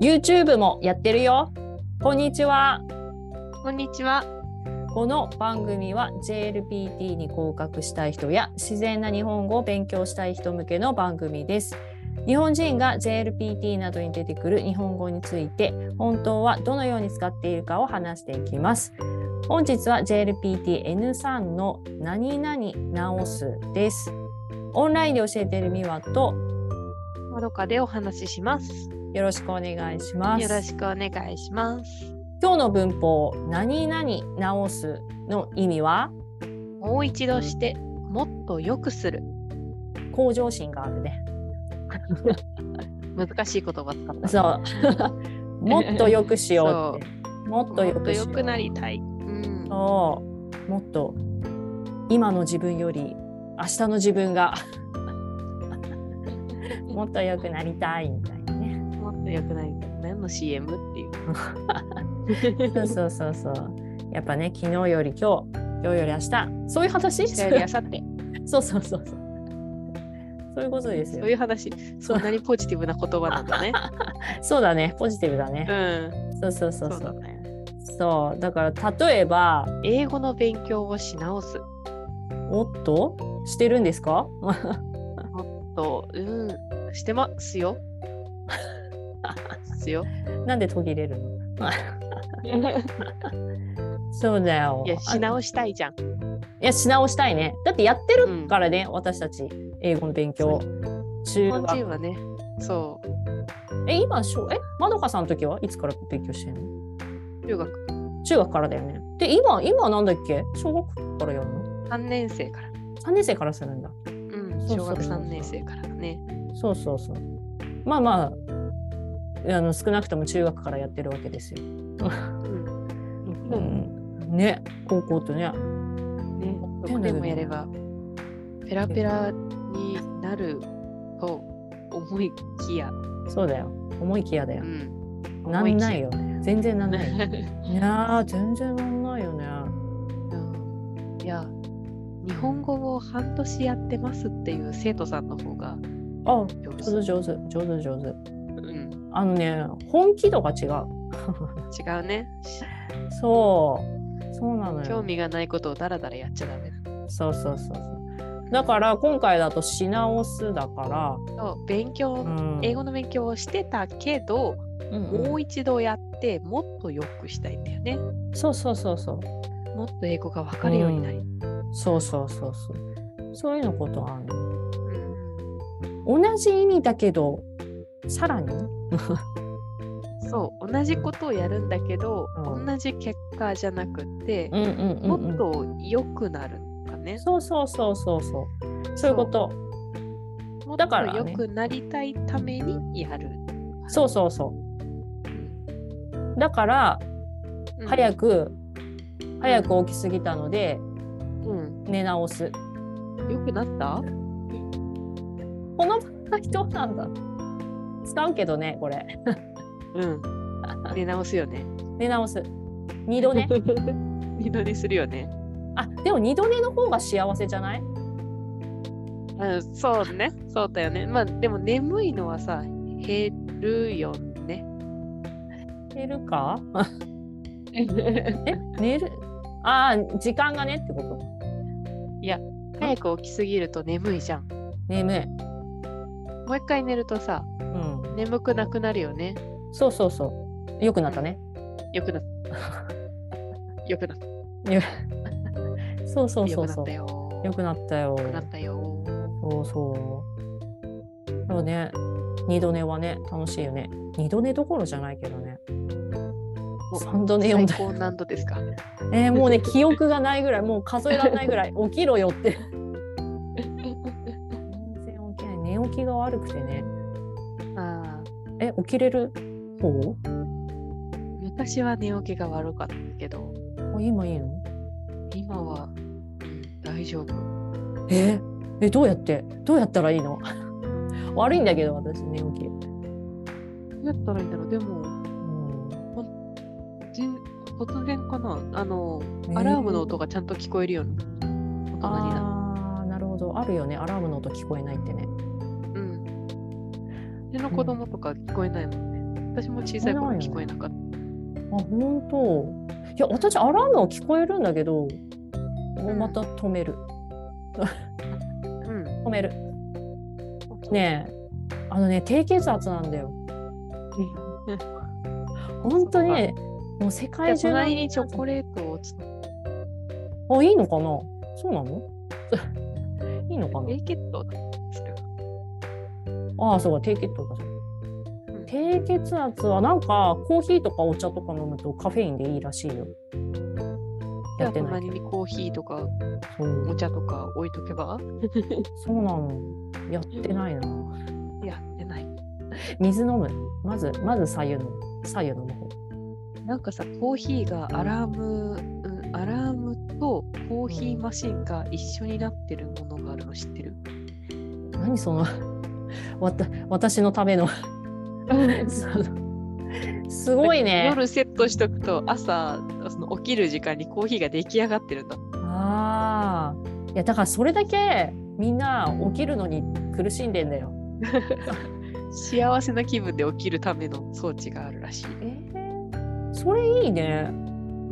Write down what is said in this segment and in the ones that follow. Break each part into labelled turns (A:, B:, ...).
A: YouTube もやってるよこんにちは
B: こんにちは。
A: この番組は JLPT に合格したい人や自然な日本語を勉強したい人向けの番組です。日本人が JLPT などに出てくる日本語について本当はどのように使っているかを話していきます。本日は JLPTN3 の何々直すです。オンラインで教えているミワと
B: まどかでお話しします。
A: よろしくお願いします。
B: よろしくお願いします。
A: 今日の文法何々直すの意味は
B: もう一度して、もっと良くする。
A: 向上心があるね。
B: 難しい言葉使った。
A: そう。 もっと良くしようって。 もっ
B: も
A: と良
B: っと
A: くしよ
B: 良
A: う。
B: くなりたい。うん。
A: そうもっと今の自分より明日の自分 がもっと良くなりたいみたいなね。
B: もっと良くなりたい。何の CM っていう。
A: そうそうそうそう。やっぱね昨日より今日今日より明日そういう話
B: じゃありあさって。
A: そうそうそうそう。そういうことです
B: そ
A: よ
B: う。いう話。そんなにポジティブな言葉なんだね。
A: そうだねポジティブだね。
B: うん。
A: そうそうそうそう。
B: だね。
A: そうだから例えば
B: 英語の勉強をし直す
A: おっとしてるんですか
B: と、うん、してま すよ。すよ。
A: なんで途切れるのそうだよ。
B: いや、し直したいじゃん。
A: いやし直したいね。だってやってるからね、私たち英語の勉強。中
B: 日本人
A: 学
B: はね、そ
A: え今小えまどかさんの時はいつから勉強してんの
B: う、中学
A: 中学からだよね。で今今なんだっけ小学校からやるの
B: 3年生から、
A: 3年生からするんだ。
B: うん、
A: そう
B: 小
A: そうそう
B: 学3年生からね。
A: そうそうそう。まあまああの少なくとも中学からやってるわけですよ。
B: うん
A: う
B: うん
A: ん、ね高校とね。
B: ね、どこでもやれば、ペラペラになると思いきや、
A: そうだよ。思いきやだ
B: う
A: よ。
B: ん、
A: なんないよね。全然なん
B: 思 い
A: ないよ。
B: きや。
A: いやー全然なんないよね。
B: うんいや、日本語を半年やってますっていう生徒さんの方が
A: あ
B: 上手、
A: 上手上手上手上手。
B: うん、
A: あのね本気度が違う。
B: 違うね。し
A: そうそうなの
B: 興
A: よ。
B: 味がないことをダラダラやっちゃダメだ。
A: そうそうそうそう。だから今回だとし直すだか
B: そう勉強、
A: ら、うん、
B: 英語の勉強をしてたけど、
A: うんうん
B: もう一度やってもっと良くしたいんだよね。
A: そうそうそうそう
B: もっと英語がわかるようになり、
A: そうそうそうそうそういうのことあるの。
B: うん
A: 同じ意味だけどさらに
B: そう同じことをやるんだけど、
A: うん
B: 同じ結果じゃなくて、
A: うんうんうん、うん、
B: もっと良くなるとかね。
A: そうそうそうそうそうそういうこと
B: もっと
A: だからね
B: 良くなりたいためにやる。
A: そうそうそうだから
B: うん
A: 早く、早く起きすぎたので
B: うん、
A: 寝直す
B: 良くなった？
A: この場合どうなんだ使うけどねこ れ
B: うん。寝直すよね。
A: 寝直す二度寝
B: 二度寝するよね。
A: あでも二度寝の方が幸せじゃない
B: うん、そうね。そうだよね。まあでも眠いのはさ減るよ ね。
A: 寝るかえ寝るああ時間がねってこと
B: 早く起きすぎると眠いじゃん。
A: 眠い、
B: もう一回寝るとさ、
A: うん、
B: 眠くなくなるよね。
A: そうそうそう良くなったね
B: よくなった。 よくなった。
A: そうそう
B: よ
A: そう
B: くな
A: そ
B: っ
A: う
B: たよ。
A: 良くなったよ
B: なったよ。
A: そうそう。そうね。二度寝はね、楽しいよね。二度寝どころじゃないけどね。
B: お
A: 三度寝、四
B: 最
A: 度
B: 高何度ですか
A: 寝。 えーもうね、記憶がないぐらい、もう数えられないぐらい、起きろよって。全然起きない。寝起きが悪くてね。
B: ああ、
A: え、起きれる方
B: 昔は寝起きが悪かったけど、
A: あ今いいの
B: 今は、うん、大丈夫。
A: ええ、どうやってどうやったらいいの 悪いんだけど、私、寝起き。
B: どうやったらいいんだろう。でも、
A: うん
B: じん突然かなあの、アラームの音がちゃんと聞こえるように大人に
A: あ
B: な
A: ーなるほど。あるよね。アラームの音聞こえないってね。
B: る。うん。うちの子供とか聞こえないもんね。私も小さい頃聞こえなかった。
A: あ本当いや私アラームは聞こえるんだけど、
B: ん
A: また止める
B: うん。
A: 止めるねえあのね低血圧なんだよ本当にねもう世
B: じゃあ
A: 界中の
B: 隣にチョコレートをつ
A: あいいのかなそうなのいいの かな
B: え、ケットだったんですか
A: ああそうか低血糖か
B: ん
A: 低血圧はなんかコーヒーとかお茶とか飲むとカフェインでいいらしいよやってない
B: 隣にコーヒーとか
A: そう
B: お茶とか置いとけば
A: そうなのやってないな
B: やってない。
A: 水飲むまずまず左右の左右の方
B: なんかさ、コーヒーがアラーム、うん、アラームとコーヒーマシンが一緒になってるものがあるの知ってる
A: 何その わた私のための そのすごいね
B: 夜セットしとくと朝その起きる時間にコーヒーが出来上がってるんだ。
A: ああいやだからそれだけみんな起きるのに苦しんでんだよ
B: 幸せな気分で起きるための装置があるらしい。
A: えそれいいね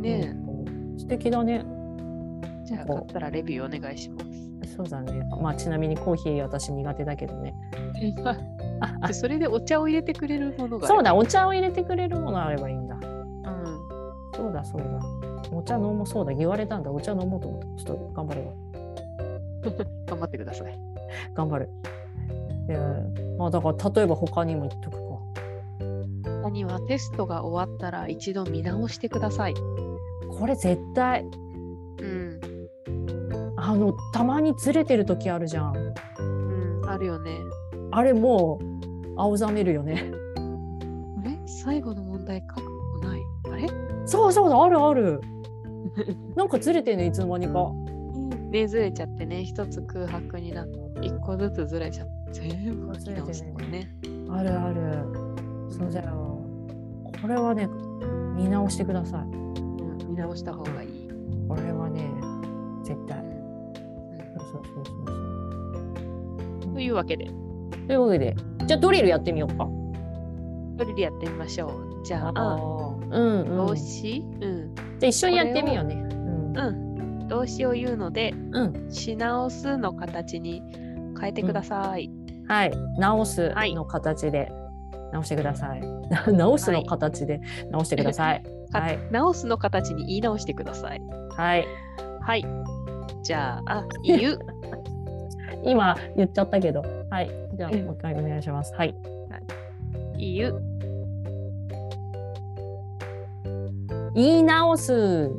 B: ね
A: うん素敵だね
B: え、じゃあ買ったらレビューお願いします。
A: そうだね。まあちなみにコーヒー私苦手だけどね。ああ
B: でそれでお茶を入れてくれるものがあ
A: そう
B: る。
A: だ、お茶を入れてくれるものあればいいんだ。
B: うん
A: そうだそうだ。お茶飲もうそうだ。言われたんだ。お茶飲もうと思った。ちょっと頑張るわ。
B: 頑張ってください。
A: 頑張る。えー、まあだから例えば他にも言っとくか。
B: 他にはテストが終わったら一度見直してください。
A: これ絶対
B: うん、
A: あのたまにずれてる時あるじゃん。
B: うん、あるよね。
A: あれもう青ざめるよね。
B: あれ最後の問題書くもない。あれ
A: そうそうだ。あるあ る。なんかずれてんねいつの間にか。
B: ねずれちゃってね、一つ空白になって、一個ずつずれちゃって、全部書き直すもんね。
A: あるある。そうだよ。これはね、見直してください。
B: うん、見直した方がいい。
A: これはね、絶
B: う
A: 対。
B: ん
A: そうそうそうそう
B: というわけで、
A: というわけで、じゃあドリルやってみようか。
B: ドリルやってみましょう。じゃあ、
A: うんうん。
B: 動
A: じ
B: 詞、うん、
A: ゃあ一緒にやってみようね。うん
B: うん、動詞を言うので、
A: うん。
B: し直すの形に変えてください。
A: はい。直す
B: はい
A: の形で直してください。直すの形で直してください。
B: か
A: はい。
B: 直すの形に言い直してください。
A: はい。
B: はい。じゃあ、あ言 う。
A: 今言っちゃったけど。はい。じゃあ
B: うん
A: もう一回お願いします。はい。
B: 言う。
A: 言い直す。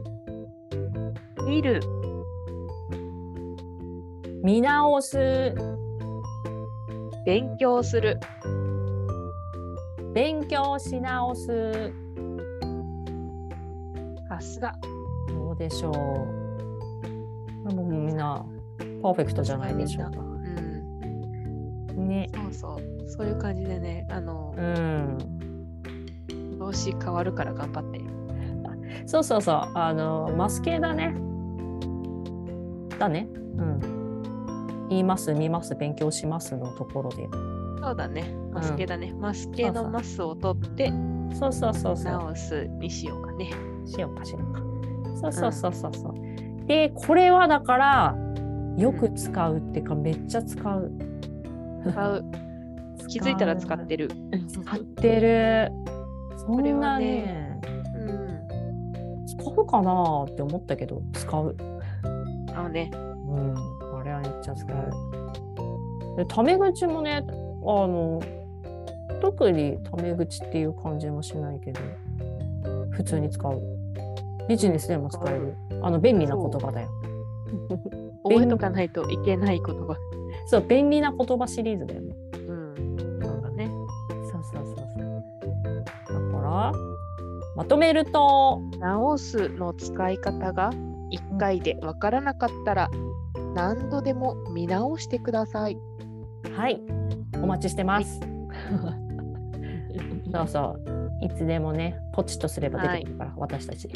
B: 見る。
A: 見直す。
B: 勉強する。
A: 勉強し直す。
B: さすが。
A: どうでしょう。これもうみんなパーフェクトじゃないでしょうか。
B: うん。
A: ね。
B: そうそう。そういう感じでね、あの
A: う、ん。
B: 動詞変わるから頑張って。
A: そうそうそう。あのマス系だね。だね。うん。言います、見ます、勉強しますのところで。
B: そうだね。マスケだね。マスケ
A: そうそ
B: の
A: う
B: マスを取って、
A: そうそうそうそ
B: 直すにしようか ね。
A: う。しようかしようか。そうそうそうそうそう。でこれはだからよく使うっていうか、めっちゃ使う。
B: 使う。気づいたら使ってる。
A: 使ってる。そ
B: これ
A: ん
B: は
A: な
B: ね
A: ね
B: うん。
A: 使うかなって思ったけど使う。
B: あのね、
A: うん、これはめっちゃ使う。でタメ口もねあの特にタメ口っていう感じもしないけど普通に使う。ビジネスでも使える。あの便利な言葉だよ。
B: 覚えとかないといけない言葉。
A: そう便利な言葉シリーズだよね。
B: うん。そうだね。
A: そうそうそうそう。だからまとめると
B: 直すの使い方が1回でわからなかったら何度でも見直してください。
A: はいお待ちしてます。 そうそういつでもねポチッとすれば出てくるから、私たち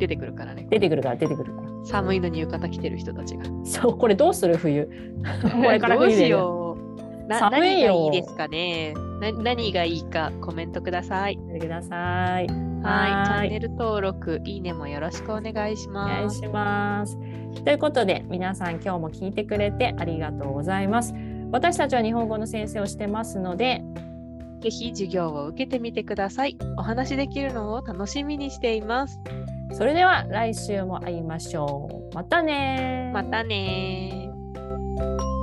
B: 出てくるからね。
A: 出てくるから出てくるから。
B: 寒いのに浴衣着てる人たち が。
A: そう、 これどうする冬。これから
B: どう
A: 冬で
B: し
A: ね
B: よう。な
A: 寒いよ
B: 何がいいですかね。な何がいいかコメントください。
A: やってください。
B: はい。チ
A: は
B: ャ
A: ー
B: ンネル登録、いいねもよろしくお願いし
A: お願
B: ま
A: い
B: す。
A: します。ということで皆さん今日も聞いてくれてありがとうございます。私たちは日本語の先生をしてますので
B: ぜひ授業を受けてみてください。お話しできるのを楽しみにしています。
A: それでは来週も会いましょう。またねー
B: またねー